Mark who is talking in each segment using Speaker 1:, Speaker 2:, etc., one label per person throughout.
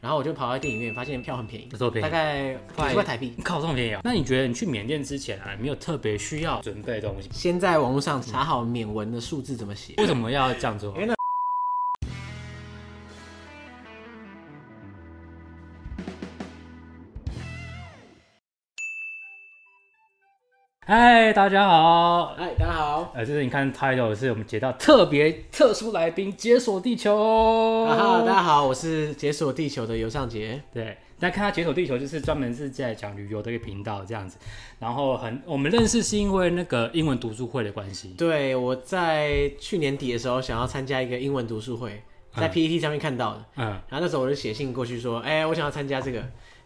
Speaker 1: 然后我就跑到电影院，发现票很便宜，
Speaker 2: 那时候便宜
Speaker 1: 大概
Speaker 2: 块
Speaker 1: 五十块台币。
Speaker 2: 靠，这么便宜啊！那你觉得你去缅甸之前啊，有没有特别需要准备的东西？
Speaker 1: 先在网络上查好缅文的数字怎么写，
Speaker 2: 为什么要这样做
Speaker 1: 因？为那
Speaker 2: 嗨，哎大家好，
Speaker 1: 哎，大家好，
Speaker 2: 呃，这是你看 title 是我们接到特别特殊来宾解锁地球，
Speaker 1: 啊、大家好，我是解锁地球的尤尚杰。
Speaker 2: 对，那看他解锁地球就是专门是在讲旅游的一个频道这样子，然后很我们认识是因为那个英文读书会的关系，
Speaker 1: 对，我在去年底的时候想要参加一个英文读书会，在 PPT 上面看到的，
Speaker 2: 嗯，
Speaker 1: 然后那时候我就写信过去说，哎、我想要参加这个，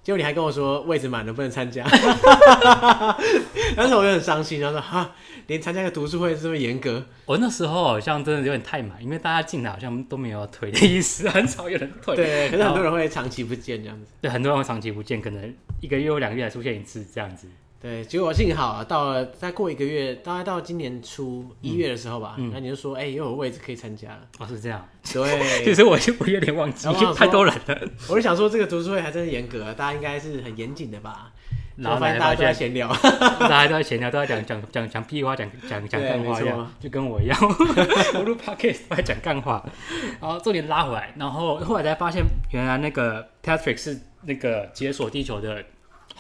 Speaker 1: 结果你还跟我说位置满了不能参加，当时我就很伤心，然后说哈，连参加一个读书会这么严格，
Speaker 2: 我那时候好像真的有点太满，因为大家进来好像都没有退的意思，很少有人退，
Speaker 1: 对，可是
Speaker 2: 然
Speaker 1: 很
Speaker 2: 后
Speaker 1: 多人会长期不见这样子。
Speaker 2: 对很多人会长期不见，可能一个月或两个月才出现一次这样子，
Speaker 1: 对，结果幸好啊，到了再过一个月，大概到今年初一月的时候吧，
Speaker 2: 嗯
Speaker 1: 那、你就说，哎、又有位置可以参加 了。
Speaker 2: 哦是这样，其
Speaker 1: 对，
Speaker 2: 实我就我有点忘记，
Speaker 1: 然后我想说
Speaker 2: 太多人了，
Speaker 1: 我就想说这个读书会还真是严格啊，大家应该是很严谨的吧？
Speaker 2: 然后
Speaker 1: 就发现
Speaker 2: 来
Speaker 1: 大
Speaker 2: 发
Speaker 1: 家都在
Speaker 2: 现
Speaker 1: 闲聊，
Speaker 2: 大家都在闲聊，都在讲讲讲讲屁话，讲讲讲
Speaker 1: 对
Speaker 2: 干话一
Speaker 1: 没
Speaker 2: 样
Speaker 1: 错，
Speaker 2: 就跟我一样， 我录 podcast 都在讲干话。然后重点拉回来，然后后来才发现，原来那个 Patrick 是那个解锁地球的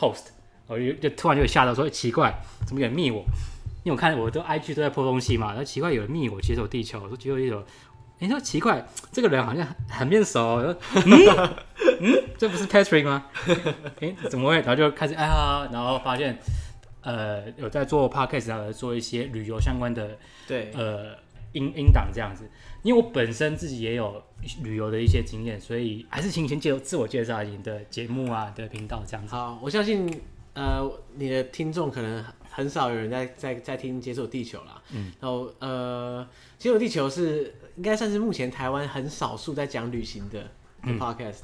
Speaker 2: host，我就就突然就吓到说，奇怪，怎么有人密我？因为我看我都 IG 都在 po 东西嘛，然后奇怪有人密我解锁地球，我说解锁地球，你说奇怪，这个人好像很面熟哦，我说嗯嗯，这不是 Patrick 吗？诶，怎么会？然后就开始哎呀，然后发现呃有在做 podcast，然后有做一些旅游相关的
Speaker 1: 对，
Speaker 2: 呃音音档这样子。因为我本身自己也有旅游的一些经验，所以还是请先介自我介绍你的节目啊你的频道这 样子。
Speaker 1: 好，我相信呃，你的听众可能很少有人在在在听《解锁地球》啦。嗯，然后呃，《解锁地球是》应该算是目前台湾很少数在讲旅行的 podcast、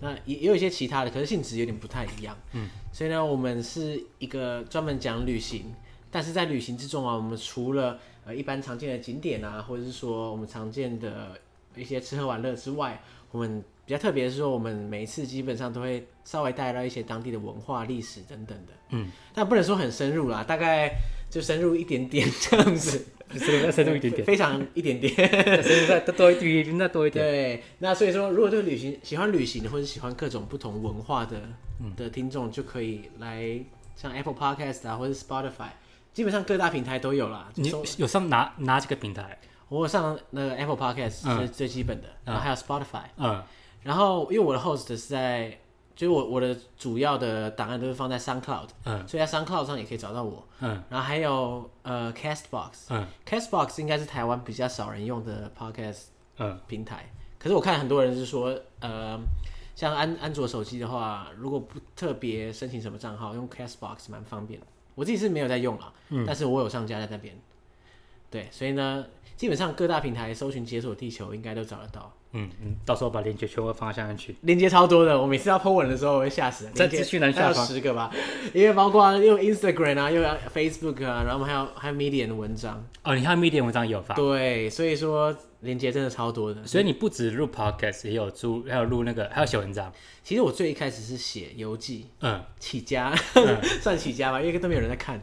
Speaker 1: 那也也有一些其他的，可是性质有点不太一样。嗯，所以呢，我们是一个专门讲旅行，但是在旅行之中啊，我们除了呃一般常见的景点啊，或者是说我们常见的一些吃喝玩乐之外，我们比较特别的是说，我们每一次基本上都会稍微带到一些当地的文化、历史等等的。
Speaker 2: 嗯，
Speaker 1: 但不能说很深入啦，大概就深入一点点这样子，
Speaker 2: 再深入一点点，
Speaker 1: 非常一点点。
Speaker 2: 再深入再多一点，再多一点。
Speaker 1: 对，那所以说，如果对旅行喜欢旅行或者喜欢各种不同文化的
Speaker 2: 嗯
Speaker 1: 的听众，就可以来像 Apple Podcast 啊，或者 Spotify，基本上各大平台都有啦。就
Speaker 2: 你
Speaker 1: 搜
Speaker 2: 有上哪哪几个平台？
Speaker 1: 我上那个 Apple Podcast 是最基本的，然后还有 Spotify。
Speaker 2: 嗯，
Speaker 1: 然后因为我的 host 是在，就是我我的主要的档案都是放在 SoundCloud，
Speaker 2: 嗯
Speaker 1: 所以在 SoundCloud 上也可以找到我。
Speaker 2: 嗯
Speaker 1: 然后还有呃 Castbox，Castbox
Speaker 2: 嗯
Speaker 1: Castbox 应该是台湾比较少人用的 podcast
Speaker 2: 嗯，
Speaker 1: 平台，可是我看很多人是说，呃，像安安卓手机的话，如果不特别申请什么账号，用 Castbox 蛮方便的。我自己是没有在用啦，
Speaker 2: 嗯
Speaker 1: 但是我有上架在那边。对，所以呢，基本上各大平台搜寻“解锁地球”应该都找得到。
Speaker 2: 嗯嗯，到时候把链接全部放下面去。
Speaker 1: 链接超多的，我每次要 po 文的时候，我会吓死。
Speaker 2: 在
Speaker 1: 链接
Speaker 2: 资讯栏下
Speaker 1: 大概
Speaker 2: 方
Speaker 1: 有十个吧，因为包括用 Instagram 啊，用 Facebook 啊，然后我们还有还有 Medium 的文章，
Speaker 2: 哦，你看 Medium 文章也有发，
Speaker 1: 对，所以说链接真的超多的。
Speaker 2: 所以你不止录 podcast，也有录，还有录那个，还有写文章。
Speaker 1: 其实我最一开始是写游记
Speaker 2: 嗯
Speaker 1: 起家， 算起家吧，因为都没有人在 看。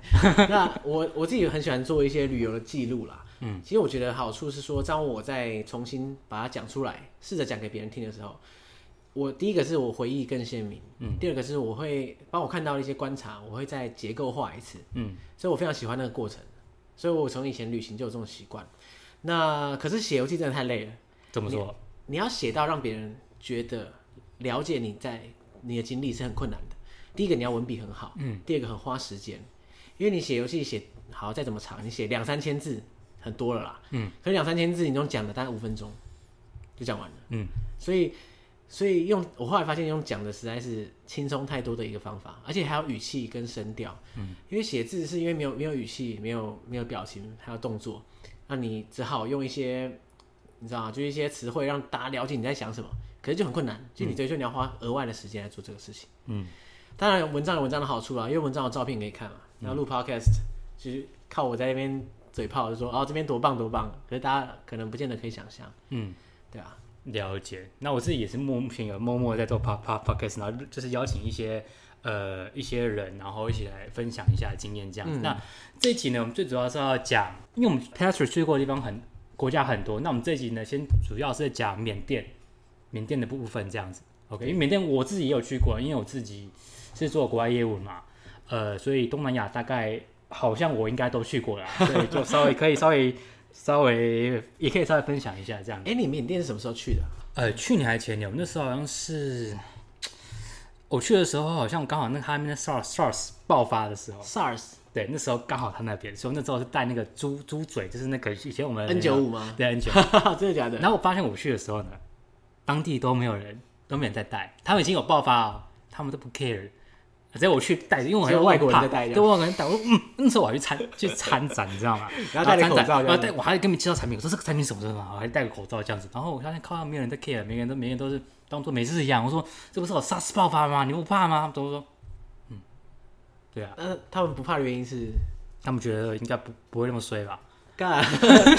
Speaker 1: 那我我自己很喜欢做一些旅游的记录啦。嗯，其实我觉得好处是说，当我再重新把它讲出来，试着讲给别人听的时候，我第一个是我回忆更鲜明，嗯，第二个是我会帮我看到的一些观察，我会再结构化一次，
Speaker 2: 嗯，
Speaker 1: 所以我非常喜欢那个过程，所以我从以前旅行就有这种习惯。那可是写游记真的太累了，
Speaker 2: 怎么说？
Speaker 1: 你要写到让别人觉得了解你在你的经历是很困难的。第一个你要文笔很好，嗯，第二个很花时间，因为你写游戏写好再怎么长，你写两三千字很多了啦，嗯，可是两三千字你总讲的大概五分钟就讲完了，
Speaker 2: 嗯，
Speaker 1: 所以所以用我后来发现用讲的实在是轻松太多的一个方法，而且还有语气跟声调，嗯，因为写字是因为没有没有语气，没有没有表情，还有动作，那你只好用一些你知道吗？就是一些词汇让大家了解你在想什么，可是就很困难，就你等于说你要花额外的时间来做这个事情。
Speaker 2: 嗯，
Speaker 1: 当然文章有文章的好处啦，因为文章有照片可以看嘛。然后录 podcast 就是靠我在那边嘴炮，就说哦这边多棒多棒，可是大家可能不见得可以想象，
Speaker 2: 嗯。
Speaker 1: 对啊，
Speaker 2: 了解，那我自己也是默目前有默默在做 pop pop podcast，然后就是邀请一些呃一些人，然后一起来分享一下经验这样子。那这一集呢，我们最主要是要讲，因为我们 Patrick 去过的地方很国家很多，那我们这一集呢，先主要是讲缅甸，缅甸的部分这样子。OK，因为缅甸我自己也有去过，因为我自己是做国外业务嘛，呃，所以东南亚大概好像我应该都去过了，所以就稍微可以稍微稍微也可以稍微分享一下这样子
Speaker 1: 哎、你缅甸是什么时候去的？
Speaker 2: 呃，去年还前年，我们那时候好像是我去的时候，好像刚好那他们那 SARS SARS 爆发的时候，
Speaker 1: SARS
Speaker 2: 对，那时候刚好他那边，所以那时候是戴那个猪猪嘴，就是那个以前我们
Speaker 1: N 九五吗？
Speaker 2: 对 N 九。
Speaker 1: 真的假的？
Speaker 2: 然后我发现我去的时候呢，当地都没有人，都没有人在戴，他们已经有爆发哦，他们都不 care。只要我去戴，因为我
Speaker 1: 只有
Speaker 2: 很
Speaker 1: 外国人
Speaker 2: 怕
Speaker 1: 在戴这样
Speaker 2: 对外国人戴，我嗯，那时候我还去参去参展，你知道吗？
Speaker 1: 然后戴着
Speaker 2: 参
Speaker 1: 口
Speaker 2: 展
Speaker 1: 罩这
Speaker 2: 然
Speaker 1: 样
Speaker 2: 后戴我还跟他们介绍产品，我说这个产品什么什么，我还戴个口罩这样子。然后我发现靠，没有人在 care，每个人都每个人都是当做没事一样。我说这不是有 SARS 爆发吗？你不怕吗？他们都说，嗯，对啊，
Speaker 1: 那他们不怕的原因是，
Speaker 2: 他们觉得应该不不会那么衰吧？
Speaker 1: 干，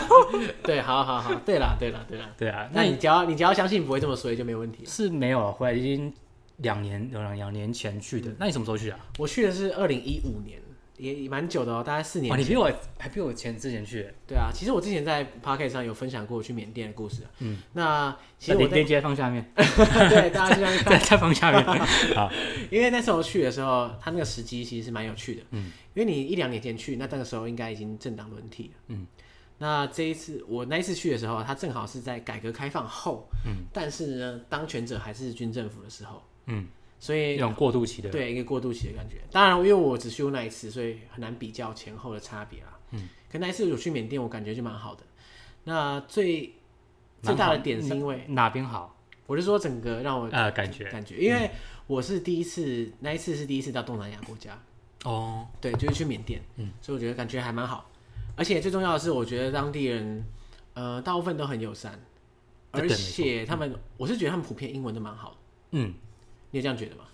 Speaker 1: 对，好好好，对啦，对啦，对啦。
Speaker 2: 对啊，
Speaker 1: 那
Speaker 2: 那
Speaker 1: 你只要你只要相信不会这么衰就没问题。
Speaker 2: 是没有了，回来已经两年有两两年前去的。那你什么时候去啊？
Speaker 1: 我去的是二零一五年，也也蛮久的哦，大概四
Speaker 2: 哇，
Speaker 1: 年。
Speaker 2: 你比我还比我前之前去，
Speaker 1: 对啊，其实我之前在 p o c a s t 上有分享过我去缅甸的故事。嗯，那其实
Speaker 2: 那
Speaker 1: 我
Speaker 2: 连
Speaker 1: 在
Speaker 2: 链接放下 面，
Speaker 1: 对大家这样
Speaker 2: 再再放下 面。啊好，
Speaker 1: 因为那时候去的时候，他那个时机其实是蛮有趣的。嗯，因为你一两年前去，那那个时候应该已经政党轮替了。嗯，那这一次我那一次去的时候，他正好是在改革开放后，嗯，但是呢，当权者还是军政府的时候，
Speaker 2: 嗯，
Speaker 1: 所
Speaker 2: 一
Speaker 1: 以
Speaker 2: 种过渡期的，
Speaker 1: 对一个过渡期的感觉。当然，因为我只去过那一次，所以很难比较前后的差别啦。嗯，可那一次我去缅甸，我感觉就蛮好的。那最最大的点是因为，
Speaker 2: 哪边好？
Speaker 1: 我是说整个让我
Speaker 2: 呃，感觉
Speaker 1: 感觉，因为我是第一次，那一次是第一次到东南亚国家。
Speaker 2: 哦，
Speaker 1: 对，就是去缅甸，嗯，所以我觉得感觉还蛮好，而且最重要的是，我觉得当地人，呃，大部分都很友善，
Speaker 2: 这
Speaker 1: 而
Speaker 2: 点没
Speaker 1: 且他们，我是觉得他们普遍英文都蛮好的，
Speaker 2: 嗯，
Speaker 1: 你有这样觉得吗？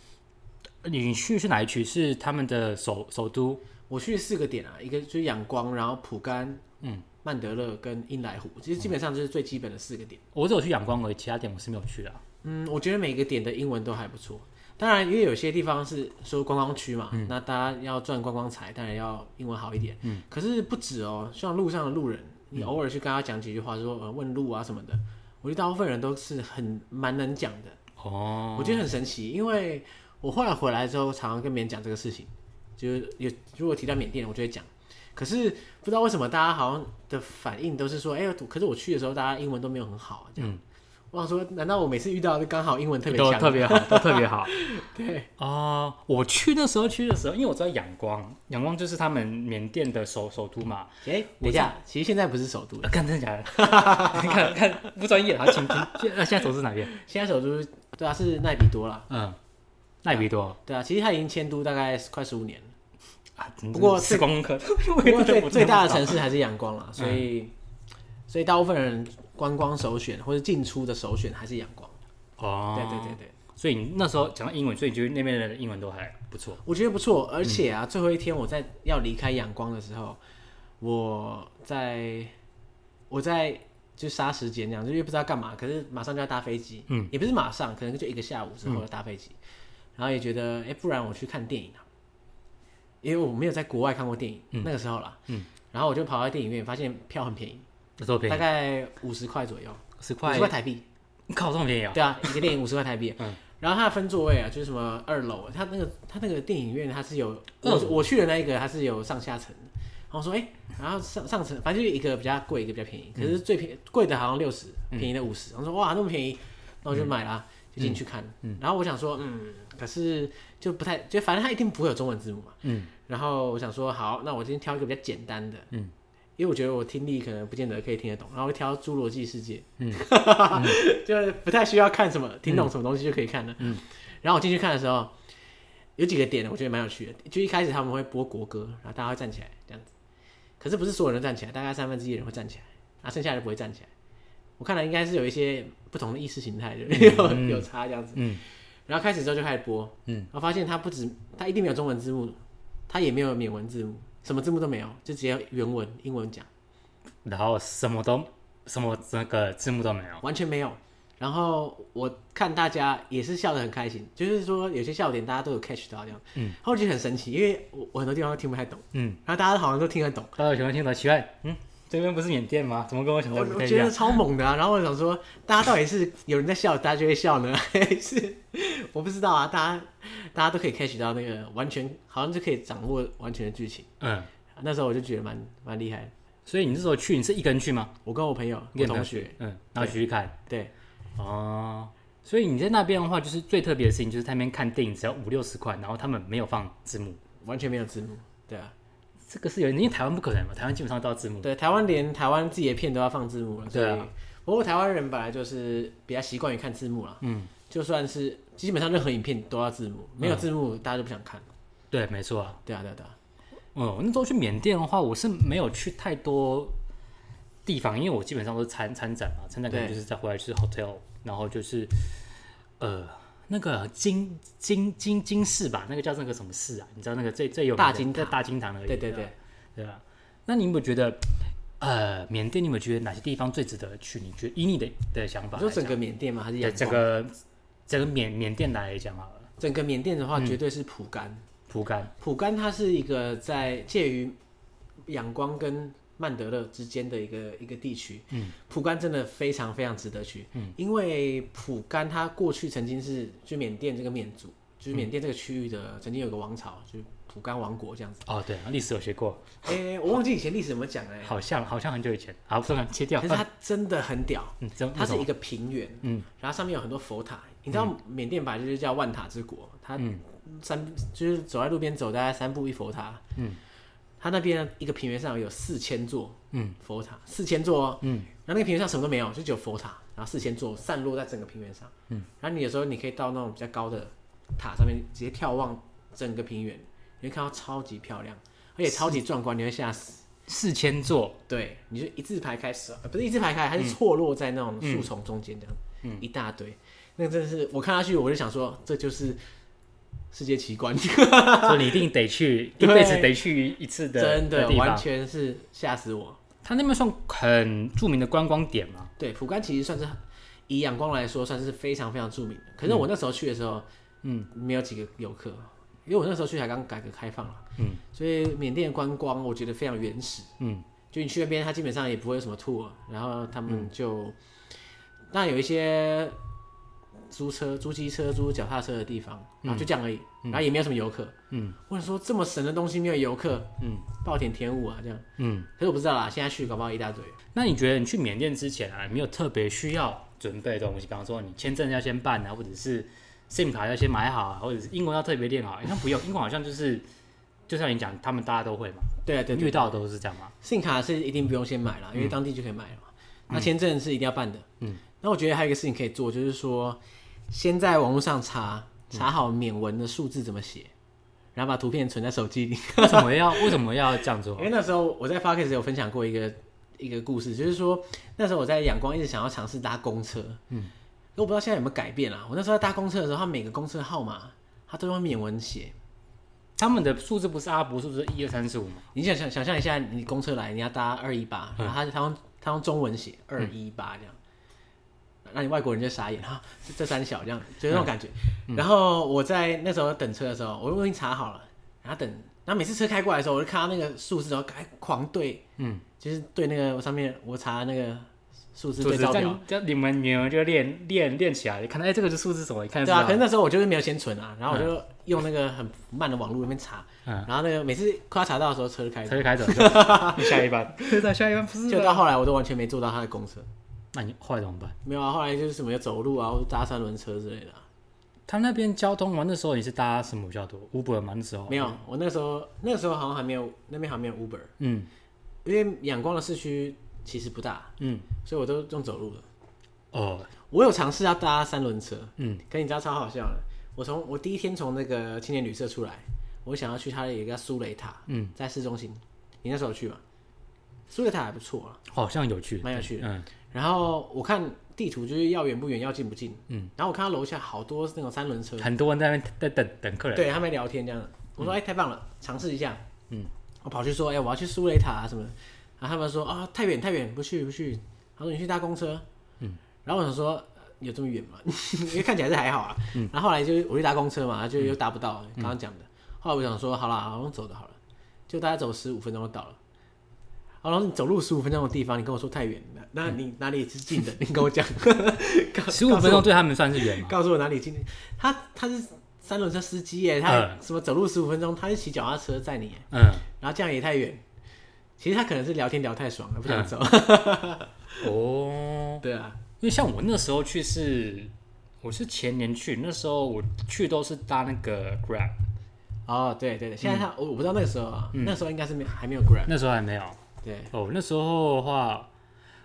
Speaker 2: 你去是哪一区？是他们的首首都？
Speaker 1: 我去四个点啊，一个就是仰光，然后蒲甘，嗯，曼德勒跟英莱湖，其实基本上就是最基本的四个点。
Speaker 2: 我只有去仰光而已，其他点我是没有去的啊。
Speaker 1: 嗯，我觉得每个点的英文都还不错。当然，因为有些地方是说观光区嘛，那大家要赚观光财，当然要英文好一点。嗯，可是不止哦，像路上的路人，你偶尔去跟他讲几句话说，呃问路啊什么的，我觉得大部分人都是很蛮能讲的。
Speaker 2: 哦，
Speaker 1: 我觉得很神奇，因为我后来回来之后，常常跟别人讲这个事情，就是有如果提到缅甸，我就会讲。可是不知道为什么，大家好像的反应都是说，哎、可是我去的时候，大家英文都没有很好，这样。我想说，难道我每次遇到的刚好英文特别
Speaker 2: 都
Speaker 1: 强？
Speaker 2: 特别好，都特别好。
Speaker 1: 对，
Speaker 2: 哦，我去那时候去的时候，因为我知道仰光，仰光就是他们缅甸的首首都嘛。
Speaker 1: 哎、等一下，其实现在不是首都了，
Speaker 2: 啊，看真 的假的？你看看不专业了，啊请请现现在首都是哪边？
Speaker 1: 现在首都对啊是奈比多啦，
Speaker 2: 嗯，奈比多
Speaker 1: 对啊，其实它已经迁都大概快十五年 了，
Speaker 2: 啊，真
Speaker 1: 不
Speaker 2: 的
Speaker 1: 过
Speaker 2: 是时光 客，
Speaker 1: 不嗯过最最大的城市还是仰光啦，所以、所以大部分人观光首选或者进出的首选还是仰光。
Speaker 2: 哦，
Speaker 1: 对对对对。
Speaker 2: 所以你那时候讲到英文，所以你觉得那边的人英文都还不错。
Speaker 1: 我觉得不错，而且啊，最后一天我在要离开阳光的时候，我在我在就杀时间这样，就因为不知道干嘛，可是马上就要搭飞机，嗯，也不是马上，可能就一个下午之后要搭飞机，然后也觉得，哎、不然我去看电影啊，因为我没有在国外看过电影，那个时候啦，嗯，然后我就跑到电影院，发现票很便宜，
Speaker 2: 那时候便
Speaker 1: 大
Speaker 2: 宜
Speaker 1: 概五十块左右，
Speaker 2: 十
Speaker 1: 五
Speaker 2: 块
Speaker 1: 十，块台币，
Speaker 2: 靠，这么便宜啊！
Speaker 1: 对啊，一个电影五十块台币。然后它的分座位啊，就是什么二楼，它那个它那个电影院它是有，
Speaker 2: 二
Speaker 1: 我我去的那一个它是有上下层的。然后我说哎、然后上上层反正就一个比较贵，一个比较便宜，可是最便贵的好像六十，便宜的五十。然后说哇那么便宜，那我就买啦，就进去看。然后我想说嗯，可是就不太，就反正它一定不会有中文字幕嘛。
Speaker 2: 嗯，
Speaker 1: 然后我想说好，那我今天挑一个比较简单的。嗯。因为我觉得我听力可能不见得可以听得懂，然后我挑《侏罗纪世界》， 就是不太需要看什么，听懂什么东西就可以看了。嗯，然后我进去看的时候，有几个点我觉得蛮有趣的，就一开始他们会播国歌，然后大家会站起来这样子，可是不是所有人都站起来，大概三分之一的人会站起来，然后剩下的人不会站起来。我看来应该是有一些不同的意识形态，就是 有、有差这样子。
Speaker 2: 嗯，
Speaker 1: 然后开始之后就开始播，嗯，然后发现它不止，它一定没有中文字幕，它也没有缅文字幕，什么字幕都没有，就只有原文、英文讲，
Speaker 2: 然后什么都什么那个字幕都没有，
Speaker 1: 完全没有。然后我看大家也是笑得很开心，就是说有些笑点大家都有 catch 到这样，
Speaker 2: 嗯，
Speaker 1: 然后我觉得很神奇，因为我我很多地方都听不太懂，
Speaker 2: 嗯，
Speaker 1: 然后大家好像都听得懂，
Speaker 2: 大家有喜欢听的奇怪，嗯，这边不是缅甸吗？怎么跟我想
Speaker 1: 我
Speaker 2: 象的不
Speaker 1: 我
Speaker 2: 太一
Speaker 1: 觉
Speaker 2: 样
Speaker 1: 得？超猛的啊！然后我想说，大家到底是有人在笑，大家就会笑呢， 还是我不知道啊？大家大家都可以 catch 到那个完全，好像就可以掌握完全的剧情。
Speaker 2: 嗯，
Speaker 1: 那时候我就觉得蛮蛮厉害的。
Speaker 2: 所以你那时候去，你是一个人去吗？
Speaker 1: 我跟我朋友、我
Speaker 2: 一个人
Speaker 1: 同
Speaker 2: 去
Speaker 1: 学，，
Speaker 2: 嗯，然后一起去看。
Speaker 1: 对，
Speaker 2: 哦，所以你在那边的话，就是最特别的事情，就是在那边看电影只要五六十块，然后他们没有放字幕，
Speaker 1: 完全没有字幕。对啊，
Speaker 2: 这个是有，因为台湾不可能嘛，台湾基本上都要字幕。
Speaker 1: 对，台湾连台湾自己的片都要放字幕了，所以、
Speaker 2: 嗯对啊
Speaker 1: 不过台湾人本来就是比较习惯于看字幕了，
Speaker 2: 嗯，
Speaker 1: 就算是基本上任何影片都要字幕，没有字幕大家就不想看。
Speaker 2: 对，没错啊。
Speaker 1: 对啊，对啊，对啊，
Speaker 2: 哦、那时候去缅甸的话，我是没有去太多地方，因为我基本上都是参参展嘛，参展可能
Speaker 1: 对
Speaker 2: 就是再回来就是 hotel，然后就是呃那个金金金金饰吧，那个叫那个什么饰啊？你知道那个最最有名
Speaker 1: 大
Speaker 2: 的
Speaker 1: 金
Speaker 2: 在
Speaker 1: 塔
Speaker 2: 大金堂那个
Speaker 1: 对对对。
Speaker 2: 对啊，那你有没有觉得，呃，缅甸你有没有觉得哪些地方最值得去？你觉得以你的的想法
Speaker 1: 你说
Speaker 2: 来讲，
Speaker 1: 整个缅甸吗？还是
Speaker 2: 对
Speaker 1: 仰
Speaker 2: 整
Speaker 1: 光
Speaker 2: 个整个缅缅甸来讲好了，
Speaker 1: 整个缅甸的话，
Speaker 2: 嗯
Speaker 1: 绝对是蒲甘。
Speaker 2: 蒲甘，
Speaker 1: 蒲甘它是一个在介于仰光跟曼德勒之间的一个一个地区。嗯，蒲甘真的非常非常值得去。嗯，因为蒲甘它过去曾经是就缅甸这个缅族，就是缅甸这个区域的、曾经有个王朝，就是蒲甘王国这样子。
Speaker 2: 哦，对，历史有学过，
Speaker 1: 诶，我忘记以前历史怎么讲哎、
Speaker 2: 好像好像很久以前，好，不算切掉
Speaker 1: 可是，它真的很屌，
Speaker 2: 嗯，这
Speaker 1: 它
Speaker 2: 那
Speaker 1: 是
Speaker 2: 什么
Speaker 1: 一个平原，
Speaker 2: 嗯，
Speaker 1: 然后上面有很多佛塔。你知道缅甸本来就是叫万塔之国，它
Speaker 2: 嗯
Speaker 1: 三就是走在路边走大概三步一佛塔，
Speaker 2: 嗯，
Speaker 1: 它那边一个平原上有四千座
Speaker 2: 嗯
Speaker 1: 佛塔，四千座哦，
Speaker 2: 嗯，
Speaker 1: 然后那个平原上什么都没有，就只有佛塔，然后四千座散落在整个平原上，嗯，然后你有时候你可以到那种比较高的塔上面直接眺望整个平原，你会看到超级漂亮，而且超级壮观，你会吓死。
Speaker 2: 四 千座，
Speaker 1: 对，你就一字排开始，呃不是一字排开，它是错落在那种树丛中间这样，
Speaker 2: 嗯
Speaker 1: 一大堆。那个真的是，我看下去我就想说，这就是世界奇观，
Speaker 2: 所以你一定得去，一
Speaker 1: 对
Speaker 2: 辈子得去一次 的
Speaker 1: 真的
Speaker 2: 的地
Speaker 1: 完
Speaker 2: 方。
Speaker 1: 全是吓死我。
Speaker 2: 它那边算很著名的观光点嘛，
Speaker 1: 对，蒲甘其实算是以仰光来说，算是非常非常著名的。可是我那时候去的时候，
Speaker 2: 嗯，
Speaker 1: 没有几个游客，因为我那时候去才刚改革开放了，
Speaker 2: 嗯，
Speaker 1: 所以缅甸的观光我觉得非常原始，
Speaker 2: 嗯，
Speaker 1: 就你去那边，他基本上也不会有什么 tour，然后他
Speaker 2: 嗯
Speaker 1: 们就、那有一些租车、租机车、租脚踏车的地方，然后就这样而已，然后也没有什么游客，
Speaker 2: 嗯，
Speaker 1: 或者说这么神的东西没有游客，
Speaker 2: 嗯，
Speaker 1: 暴殄天物啊这样，
Speaker 2: 嗯。
Speaker 1: 可是我不知道啦，现在去搞不好一大堆。
Speaker 2: 那你觉得你去缅甸之前啊，有没有特别需要准备的东西？比方说你签证要先办啊，或者是 SIM 卡要先买好啊，或者是英文要特别练好啊。好像不用，英文好像就是就像你讲，他们大家都会嘛，
Speaker 1: 对啊，对啊
Speaker 2: 遇到的都是这样嘛。
Speaker 1: 信卡是一定不用先买了，因为当地就可以买了嘛。那签证是一定要办的。嗯，那我觉得还有一个事情可以做，就是说先在网络上查查好缅文的数字怎么写，然后把图片存在手机里。
Speaker 2: 为什么要为什么要这样做啊
Speaker 1: 因？为那时候我在 p o d c a s t 有分享过一个一个故事，就是说那时候我在仰光一直想要尝试搭公车，嗯，可我不知道现在有没有改变啦。我那时候在搭公车的时候，它每个公车号码它都用缅文写。
Speaker 2: 他们的数字不是阿拉伯数字，一二三四五嘛？
Speaker 1: 你想想想象一下，你公车来，你要搭二一八，
Speaker 2: 嗯
Speaker 1: 然后他他用他用中文写二一八这样，那你外国人就傻眼啊，这这三小这样，就那种感觉。
Speaker 2: 嗯
Speaker 1: 然后我在那时候等车的时候，我我已经查好了，然后等，然后每次车开过来的时候，我就看到那个数字，然后赶快狂对，
Speaker 2: 嗯，
Speaker 1: 就是对那个上面我查那个数字
Speaker 2: 数
Speaker 1: 对
Speaker 2: 字
Speaker 1: 照
Speaker 2: 这
Speaker 1: 表
Speaker 2: 样，，这样你们你们就练练练起来，你看哎、这个是数字什么？你看
Speaker 1: 对啊，可
Speaker 2: 是
Speaker 1: 是那时候我就是没有先存啊，然后我就用那个很慢的网络那边查，
Speaker 2: 嗯
Speaker 1: 然后那个每次快要查到的时候，车就开走
Speaker 2: 才，会哎开 始下一班，对下一班不？
Speaker 1: 就是到后来我都完全没坐到他的公车。
Speaker 2: 那你后来怎么办？
Speaker 1: 没有啊，后来就是什么要走路啊，或者搭三轮车之类的啊、
Speaker 2: 他那边交通玩的时候，你是搭什么比较多？Uber 吗？那时候
Speaker 1: 没有，我那时候那个时候好像还没有那边还没有 Uber，
Speaker 2: 嗯
Speaker 1: 因为仰光的市区其实不大，
Speaker 2: 嗯
Speaker 1: 所以我都用走路的。
Speaker 2: 哦，
Speaker 1: 我有尝试要搭三轮车，
Speaker 2: 嗯，
Speaker 1: 可你知道超好笑的，我从我第一天从那个青年旅社出来，我想要去它的一个叫苏雷塔，
Speaker 2: 嗯，
Speaker 1: 在市中心，你那时候有去吗？苏雷塔还不错啊，
Speaker 2: 哦好像有趣，
Speaker 1: 蛮有趣
Speaker 2: 的。嗯，
Speaker 1: 然后我看地图就是要远不远，要近不近，
Speaker 2: 嗯，
Speaker 1: 然后我看到楼下好多那种三轮车，
Speaker 2: 很多人在那边在等等客人。嗯
Speaker 1: 对，他们聊天这样的。我说：“哎、太棒了，尝试一下。”嗯，我跑去说：“哎、我要去苏雷塔啊什么的。”然后他们说：“啊，太远太远，不去不去。”他说：“你去搭公车。”嗯，然后我想说，呃有这么远 嘛，因为看起来是还好啊。
Speaker 2: 嗯
Speaker 1: 然后后来就我去搭公车嘛，然后就又搭不到，刚刚讲的。后来我想说，好啦，好像走的好了，就大概走十五分钟就到了。好然后你走路十五分钟的地方，你跟我说太远了，那你哪里是近的？你跟我讲， 告
Speaker 2: 嗯十五分钟对他们算是远吗？
Speaker 1: 告诉我哪里近。他他是三轮车司机耶，他
Speaker 2: 嗯
Speaker 1: 什么走路十五分钟，他是骑脚踏车载你耶，
Speaker 2: 嗯，
Speaker 1: 然后这样也太远。其实他可能是聊天聊太爽了，不
Speaker 2: 嗯
Speaker 1: 想走。
Speaker 2: 哦，
Speaker 1: 对啊，
Speaker 2: 因为像我那时候去是，我是前年去，那时候我去都是搭那个 Grab，
Speaker 1: 哦，对对对，现在他、
Speaker 2: 嗯
Speaker 1: 我我不知道那个时候啊，那时候应该是没有还没有 Grab。
Speaker 2: 那时候还没有。
Speaker 1: 对，
Speaker 2: 哦，那时候的话，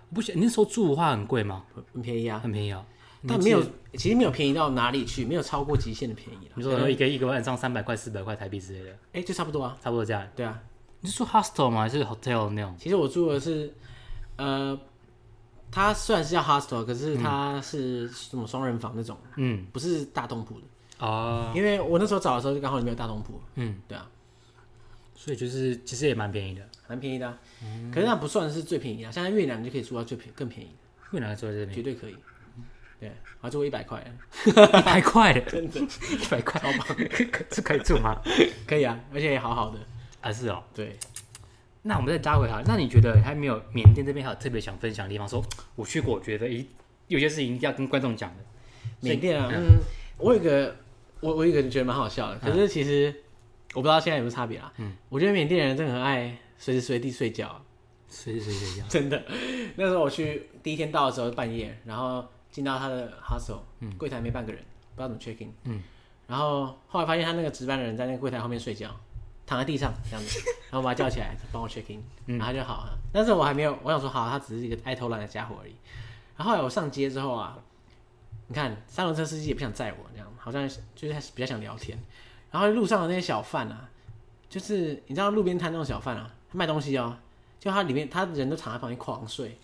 Speaker 2: 我不晓你那时候住的话很贵吗？
Speaker 1: 很很便宜啊，
Speaker 2: 很便宜啊，
Speaker 1: 但没有，其实没有便宜到哪里去，没有超过极限的便宜
Speaker 2: 你
Speaker 1: 了。
Speaker 2: 说一个一个晚上三百块、四百块台币之类的，
Speaker 1: 哎、就差不多啊。
Speaker 2: 差不多这样。
Speaker 1: 对啊，
Speaker 2: 你是住 hostel 吗？还是 hotel 那种？
Speaker 1: 其实我住的是，呃，它虽然是叫 hostel，可是它是什么双人房那种，
Speaker 2: 嗯，
Speaker 1: 不是大通铺的。
Speaker 2: 哦，
Speaker 1: 因为我那时候找的时候就刚好里面有大通铺，
Speaker 2: 嗯，
Speaker 1: 对啊，
Speaker 2: 所以就是其实也蛮便宜的。
Speaker 1: 蛮便宜的啊、可是那不算是最便宜啊，像在越南你就可以住到最便更便宜，
Speaker 2: 越南住在这边
Speaker 1: 绝对可以。对，啊还住过一百块，
Speaker 2: 一百块的， 真的，一百块，好棒， 是可以住吗？
Speaker 1: 可以啊，而且也好好的。
Speaker 2: 啊，是哦。
Speaker 1: 对，
Speaker 2: 那我们再拉回来，那你觉得还没有缅甸这边还有特别想分享的地方？说我去过，我觉得一有些事情一定要跟观众讲的。
Speaker 1: 缅甸啊，嗯，我有一个，我我有一个觉得蛮好笑的，可是其实我不知道现在有没有差别啊。嗯，我觉得缅甸人真的很爱随时随地睡觉啊、
Speaker 2: 谁谁谁讲？
Speaker 1: 真的。那时候我去第一天到的时候半夜，然后进到他的 hostel，柜台没半个人，不知道怎么 check in，
Speaker 2: 嗯
Speaker 1: 然后后来发现他那个值班的人在那个柜台后面睡觉，躺在地上这样子，然后我把他叫起来帮我 check in，然后他就好了。但是我还没有，我想说好，他只是一个爱偷懒的家伙而已。然后后来我上街之后啊，你看三轮车司机也不想载我，这样好像就是比较想聊天。然后路上的那些小贩啊，就是你知道路边摊那种小贩啊，他卖东西哦，就他里面他人都躺在旁边狂睡，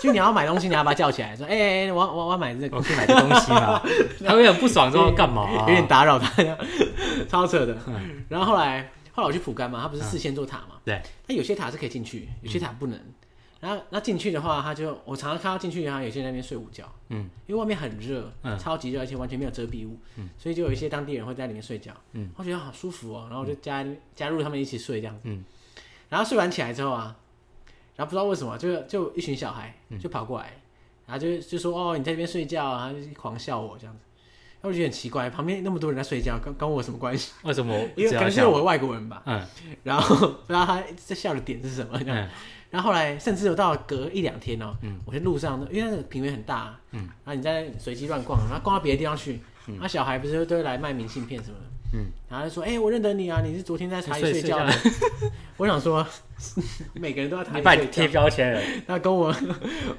Speaker 1: 就你要买东西，你要把他叫起来说，哎、哎、哎我要我要我要买这个，
Speaker 2: 我去买个东西 嘛，他会很不爽，说干嘛、啊
Speaker 1: 有 点打扰他，超扯的。然后后来后来我去蒲甘嘛，他不是事先做塔嘛，
Speaker 2: 嗯对，嗯
Speaker 1: 那有些塔是可以进去，有些塔不能。然后那进去的话，他就我常常看到进去，然后有些人在那边睡午觉，
Speaker 2: 嗯，
Speaker 1: 因为外面很热，
Speaker 2: 嗯
Speaker 1: 超级热，而且完全没有遮蔽物，所以就有一些当地人会在里面睡觉，嗯，我觉得好舒服哦，然后我就加、加入他们一起睡这样子，
Speaker 2: 嗯，
Speaker 1: 然后睡完起来之后啊，然后不知道为什么，就就一群小孩
Speaker 2: 嗯
Speaker 1: 就跑过来，然后就就说哦你在这边睡觉啊，然后就狂笑我这样子，然后我就觉得很奇怪，旁边那么多人在睡觉，跟跟我有什么关 系？
Speaker 2: 为什么我
Speaker 1: 因为
Speaker 2: 只
Speaker 1: 可能
Speaker 2: 要
Speaker 1: 是因为
Speaker 2: 笑？
Speaker 1: 我是外国人吧，
Speaker 2: 嗯
Speaker 1: 然后不知道他在笑的点是什么。 这样
Speaker 2: 嗯，
Speaker 1: 然后后来甚至有到隔一两天哦，我在路上，因为那个平原很大，嗯，然后你在随机乱逛，然后逛到别的地方去，然后小孩不是都会来卖明信片什么的，
Speaker 2: 嗯，
Speaker 1: 然后就说：“哎，我认得你啊，你是昨天在台里
Speaker 2: 睡
Speaker 1: 睡觉 的。”我想说， 每个人都在台
Speaker 2: 你
Speaker 1: 里
Speaker 2: 把你
Speaker 1: 睡
Speaker 2: 贴
Speaker 1: 觉，
Speaker 2: 标签了，
Speaker 1: 那跟我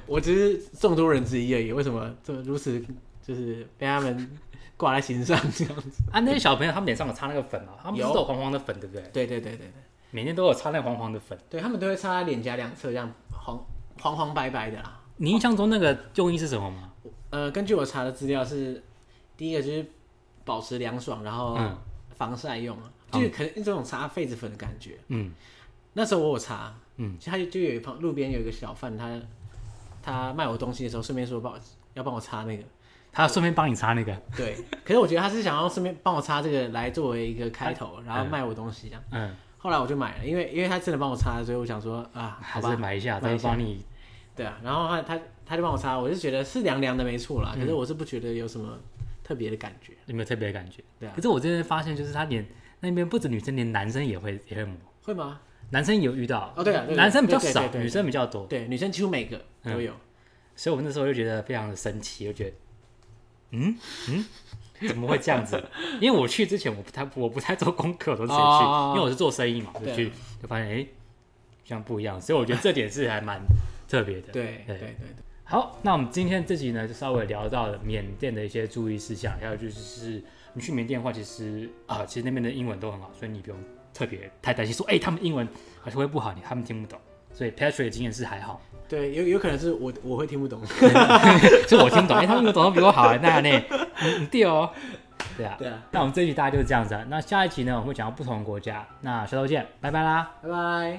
Speaker 1: 我只是众多人之一而已，为什么这么如此就是被他们挂在心上这样子？
Speaker 2: 啊，那些小朋友他们脸上有擦那个粉嘛，他们不是
Speaker 1: 有
Speaker 2: 都有黄黄的粉，对不对？
Speaker 1: 对对对对对。
Speaker 2: 每天都有擦那个黄黄的粉。
Speaker 1: 对他们都会擦在脸颊两侧，这样黄黄黄白白的啦。
Speaker 2: 你印象中那个用意是什么吗？
Speaker 1: 呃，根据我查的资料是，第一个就是保持凉爽，然后
Speaker 2: 嗯
Speaker 1: 防晒用啊，就是可能这种擦痱子粉的感觉。
Speaker 2: 嗯，
Speaker 1: 那时候我有查，
Speaker 2: 嗯，
Speaker 1: 他就就有一旁路边有一个小贩，他他卖我东西的时候，顺便说帮我要帮我擦那个，
Speaker 2: 他顺便帮你擦那个，
Speaker 1: 对。可是我觉得他是想要顺便帮我擦这个来作为一个开头，
Speaker 2: 哎
Speaker 1: 然后卖我东西这样。
Speaker 2: 嗯，
Speaker 1: 后来我就买了，因为因为他真的帮我擦，所以我想说啊，好
Speaker 2: 还
Speaker 1: 吧
Speaker 2: 是，买一下，他
Speaker 1: 买一
Speaker 2: 会
Speaker 1: 下
Speaker 2: 帮你。
Speaker 1: 对啊，然后他他他就帮我擦，我就觉得是凉凉的没错
Speaker 2: 嗯
Speaker 1: 啦，可是我是不觉得有什么特别的感觉。
Speaker 2: 有没有特别的感觉？
Speaker 1: 对啊
Speaker 2: 可是我这边发现，就是他连那边不止女生，连男生也会也会抹。
Speaker 1: 会吗？
Speaker 2: 男生也有遇到
Speaker 1: 哦对啊对对
Speaker 2: 男生比较
Speaker 1: 对对
Speaker 2: 少
Speaker 1: 对，对对
Speaker 2: 女生嗯比较多，
Speaker 1: 对，女生几乎每个都有。
Speaker 2: 所以我那时候就觉得非常的神奇，就觉得，嗯嗯，怎么会这样子？因为我去之前我不太我不太做功课，我都自己去，
Speaker 1: 哦哦哦
Speaker 2: 因为我是做生意嘛，
Speaker 1: 对
Speaker 2: 就
Speaker 1: 啊
Speaker 2: 去就发现哎，诶这样不一样，所以我觉得这点是还蛮特别的。
Speaker 1: 对对
Speaker 2: 对
Speaker 1: 对对，
Speaker 2: 好，那我们今天这集呢，就稍微聊到了缅甸的一些注意事项，还有就是你去缅甸的话，其实啊、其实那边的英文都很好，所以你不用特别太担心说，哎、他们英文好像会不好，你他们听不懂。所以 Patrick 的经验是还好，
Speaker 1: 对有有可能是我我会听 不懂。
Speaker 2: 所以我听不懂，哎、他们英文总是比我好、啊，那呢，嗯嗯对哦，对啊，
Speaker 1: 对啊，
Speaker 2: 那我们这一集大概就是这样子、啊，那下一集呢，我们会讲到不同的国家，那下周见，拜拜啦。
Speaker 1: 拜拜。